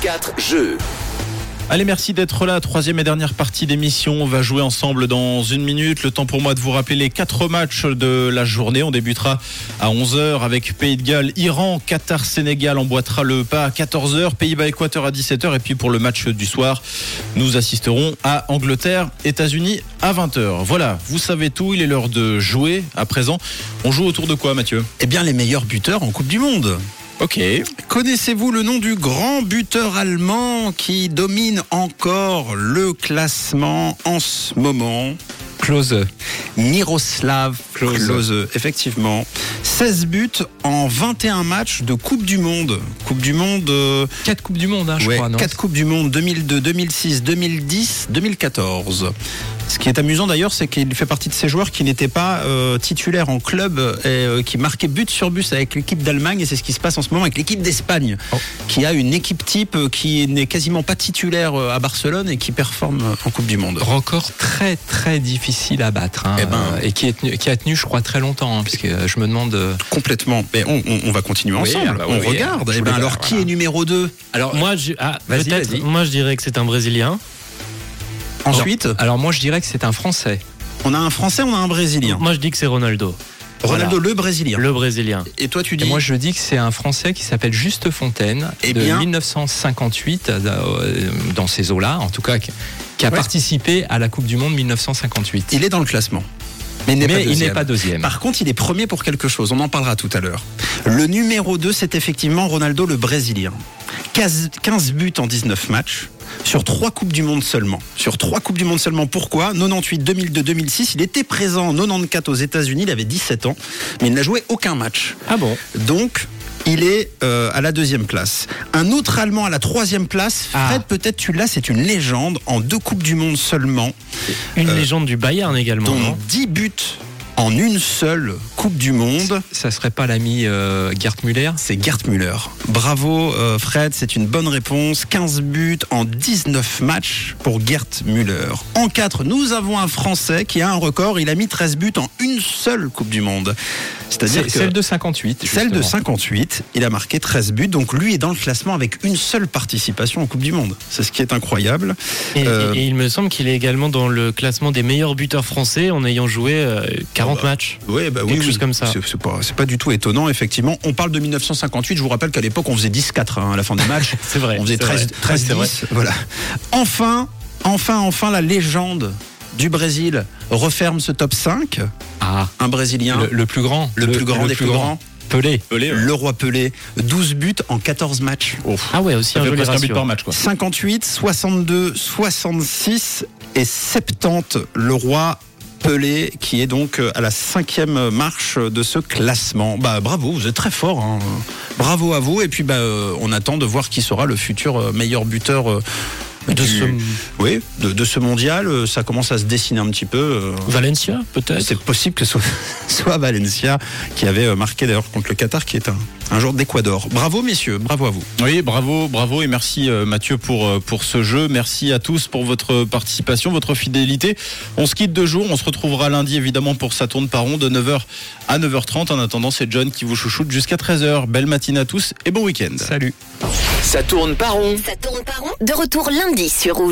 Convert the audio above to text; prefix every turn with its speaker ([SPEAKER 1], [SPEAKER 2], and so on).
[SPEAKER 1] 4 jeux.
[SPEAKER 2] Allez, merci d'être là. Troisième et dernière partie d'émission. On va jouer ensemble dans une minute. Le temps pour moi de vous rappeler les quatre matchs de la journée. On débutera à 11h avec Pays de Galles, Iran, Qatar, Sénégal. On boitera le pas à 14h, Pays-Bas, Équateur à 17h. Et puis pour le match du soir, nous assisterons à Angleterre, États-Unis à 20h. Voilà, vous savez tout. Il est l'heure de jouer à présent. On joue autour de quoi, Mathieu
[SPEAKER 3] Eh bien, les meilleurs buteurs en Coupe du Monde.
[SPEAKER 2] Ok.
[SPEAKER 4] Ben,
[SPEAKER 3] Connaissez-vous le nom du grand buteur allemand qui domine encore le classement en ce moment
[SPEAKER 4] Close.
[SPEAKER 3] Miroslav
[SPEAKER 4] Klose.
[SPEAKER 3] Klose, effectivement. 16 buts en 21 matchs de Coupe du Monde. Coupe du Monde, euh,
[SPEAKER 4] 4 Coupes du Monde, hein, je
[SPEAKER 3] ouais,
[SPEAKER 4] crois. Non
[SPEAKER 3] quatre Coupes du Monde 2002, 2006, 2010, 2014. Ce qui est amusant d'ailleurs, c'est qu'il fait partie de ces joueurs qui n'étaient pas euh, titulaires en club et euh, qui marquaient but sur but avec l'équipe d'Allemagne. Et c'est ce qui se passe en ce moment avec l'équipe d'Espagne,
[SPEAKER 4] Oh.
[SPEAKER 3] qui a une équipe type euh, qui n'est quasiment pas titulaire euh, à Barcelone et qui performe euh, en Coupe du Monde.
[SPEAKER 4] Record très très difficile à battre hein,
[SPEAKER 3] Eh ben.
[SPEAKER 4] euh, et qui, est tenu- qui a tenu je crois très longtemps hein, parce que euh, je me demande euh,
[SPEAKER 3] Complètement. Mais on, on- on va continuer
[SPEAKER 4] Oui,
[SPEAKER 3] ensemble.
[SPEAKER 4] ah bah oui,
[SPEAKER 3] on
[SPEAKER 4] oui,
[SPEAKER 3] regarde.
[SPEAKER 4] je
[SPEAKER 3] Eh
[SPEAKER 4] le
[SPEAKER 3] ben,
[SPEAKER 4] garde,
[SPEAKER 3] alors, qui
[SPEAKER 4] voilà.
[SPEAKER 3] est numéro 2
[SPEAKER 4] alors
[SPEAKER 5] Moi, je, ah,
[SPEAKER 4] Vas-y,
[SPEAKER 5] peut-être.
[SPEAKER 4] vas-y.
[SPEAKER 5] Moi, je dirais que c'est un Brésilien.
[SPEAKER 3] Ensuite,
[SPEAKER 4] alors moi je dirais que c'est un français
[SPEAKER 3] on a un Français, on a un Brésilien.
[SPEAKER 5] Moi, je dis que c'est Ronaldo.
[SPEAKER 3] Ronaldo, le Brésilien.
[SPEAKER 5] Le Brésilien.
[SPEAKER 3] Et toi, tu
[SPEAKER 4] et
[SPEAKER 3] dis.
[SPEAKER 4] moi je dis que c'est un français qui s'appelle Juste Fontaine
[SPEAKER 3] Eh
[SPEAKER 4] de
[SPEAKER 3] bien.
[SPEAKER 4] 1958 euh, dans ces eaux-là en tout cas qui qui a
[SPEAKER 3] Ouais.
[SPEAKER 4] participé à la Coupe du Monde 1958
[SPEAKER 3] Il est dans le classement. Mais il n'est pas
[SPEAKER 4] mais il n'est
[SPEAKER 3] deuxième.
[SPEAKER 4] pas deuxième
[SPEAKER 3] Par contre, il est premier pour quelque chose. On en parlera tout à l'heure. Le numéro 2, c'est effectivement Ronaldo le Brésilien. 15 15 buts en 19 matchs. Sur trois Coupes du Monde seulement. Sur trois Coupes du Monde seulement. Pourquoi 98, 2002, 2006. Il était présent en 94 aux États-Unis. Il avait 17 ans. Mais il n'a joué aucun match.
[SPEAKER 5] Ah bon
[SPEAKER 3] Donc, il est euh, à la deuxième place. Un autre Allemand à la troisième place. Fred, peut-être tu l'as. C'est une légende. En deux Coupes du Monde seulement
[SPEAKER 5] Une
[SPEAKER 3] Euh,
[SPEAKER 5] légende du Bayern également.
[SPEAKER 3] dont
[SPEAKER 5] non
[SPEAKER 3] 10 buts en une seule Coupe du Monde.
[SPEAKER 4] ça serait pas l'ami euh, Gerd Müller
[SPEAKER 3] C'est Gerd Müller. Bravo euh, Fred, c'est une bonne réponse. 15 buts en 19 matchs pour Gerd Müller. En 4, nous avons un Français qui a un record. Il a mis 13 buts en une seule Coupe du Monde. C'est-à-dire
[SPEAKER 4] C'est
[SPEAKER 3] que
[SPEAKER 4] celle de 58
[SPEAKER 3] celle de
[SPEAKER 4] justement.
[SPEAKER 3] 58, il a marqué 13 buts. Donc lui est dans le classement avec une seule participation en Coupe du Monde. C'est ce qui est incroyable.
[SPEAKER 5] Et,
[SPEAKER 3] euh,
[SPEAKER 5] et- et il me semble qu'il est également dans le classement des meilleurs buteurs français en ayant joué euh, 40 matchs.
[SPEAKER 3] Ouais, bah
[SPEAKER 5] Quelque chose comme ça.
[SPEAKER 3] C'est- C'est pas, c'est pas du tout étonnant, effectivement. On parle de 1958. Je vous rappelle qu'à l'époque, on faisait 10-4 hein, à la fin des matchs.
[SPEAKER 5] C'est vrai.
[SPEAKER 3] On faisait
[SPEAKER 5] c'est vrai.
[SPEAKER 3] 13, 13
[SPEAKER 5] C'est vrai.
[SPEAKER 3] 10, voilà. Enfin, enfin, enfin, la légende du Brésil referme ce top 5.
[SPEAKER 4] ah
[SPEAKER 3] Un Brésilien,
[SPEAKER 4] le,
[SPEAKER 3] le,
[SPEAKER 4] le plus grand
[SPEAKER 3] plus grand des plus grands,
[SPEAKER 4] Pelé
[SPEAKER 3] le roi Pelé, 12 buts en 14 match.
[SPEAKER 5] Ah ouais, aussi
[SPEAKER 2] Ça
[SPEAKER 5] un
[SPEAKER 2] fait
[SPEAKER 5] joli
[SPEAKER 2] presque un but
[SPEAKER 5] ratio.
[SPEAKER 2] par match, quoi.
[SPEAKER 3] 58, 62, 66 et 70, le roi Pelé, qui est donc euh, à la cinquième marche de ce classement. Bah bravo, vous êtes très fort. hein. Bravo à vous. Et puis bah euh, on attend de voir qui sera le futur euh, meilleur buteur. euh,
[SPEAKER 5] De
[SPEAKER 3] du-
[SPEAKER 5] ce-
[SPEAKER 3] oui, de, de ce mondial, euh, ça commence à se dessiner un petit peu. euh,
[SPEAKER 5] Valencia, peut-être.
[SPEAKER 3] C'est possible que ce soit, soit Valencia, qui avait euh, marqué d'ailleurs contre le Qatar, qui est un, un joueur d'Équador. Bravo messieurs, bravo à vous.
[SPEAKER 2] Oui, bravo, bravo et merci euh, Mathieu pour, euh, pour ce jeu. Merci à tous pour votre participation, votre fidélité. On se quitte deux jours, on se retrouvera lundi évidemment pour sa tourne par rond de 9h à 9h30. En attendant, c'est John qui vous chouchoute jusqu'à 13h. Belle matinée à tous et bon week-end.
[SPEAKER 4] salut
[SPEAKER 1] Ça tourne par rond.
[SPEAKER 6] Ça tourne par rond De retour lundi sur Rouge.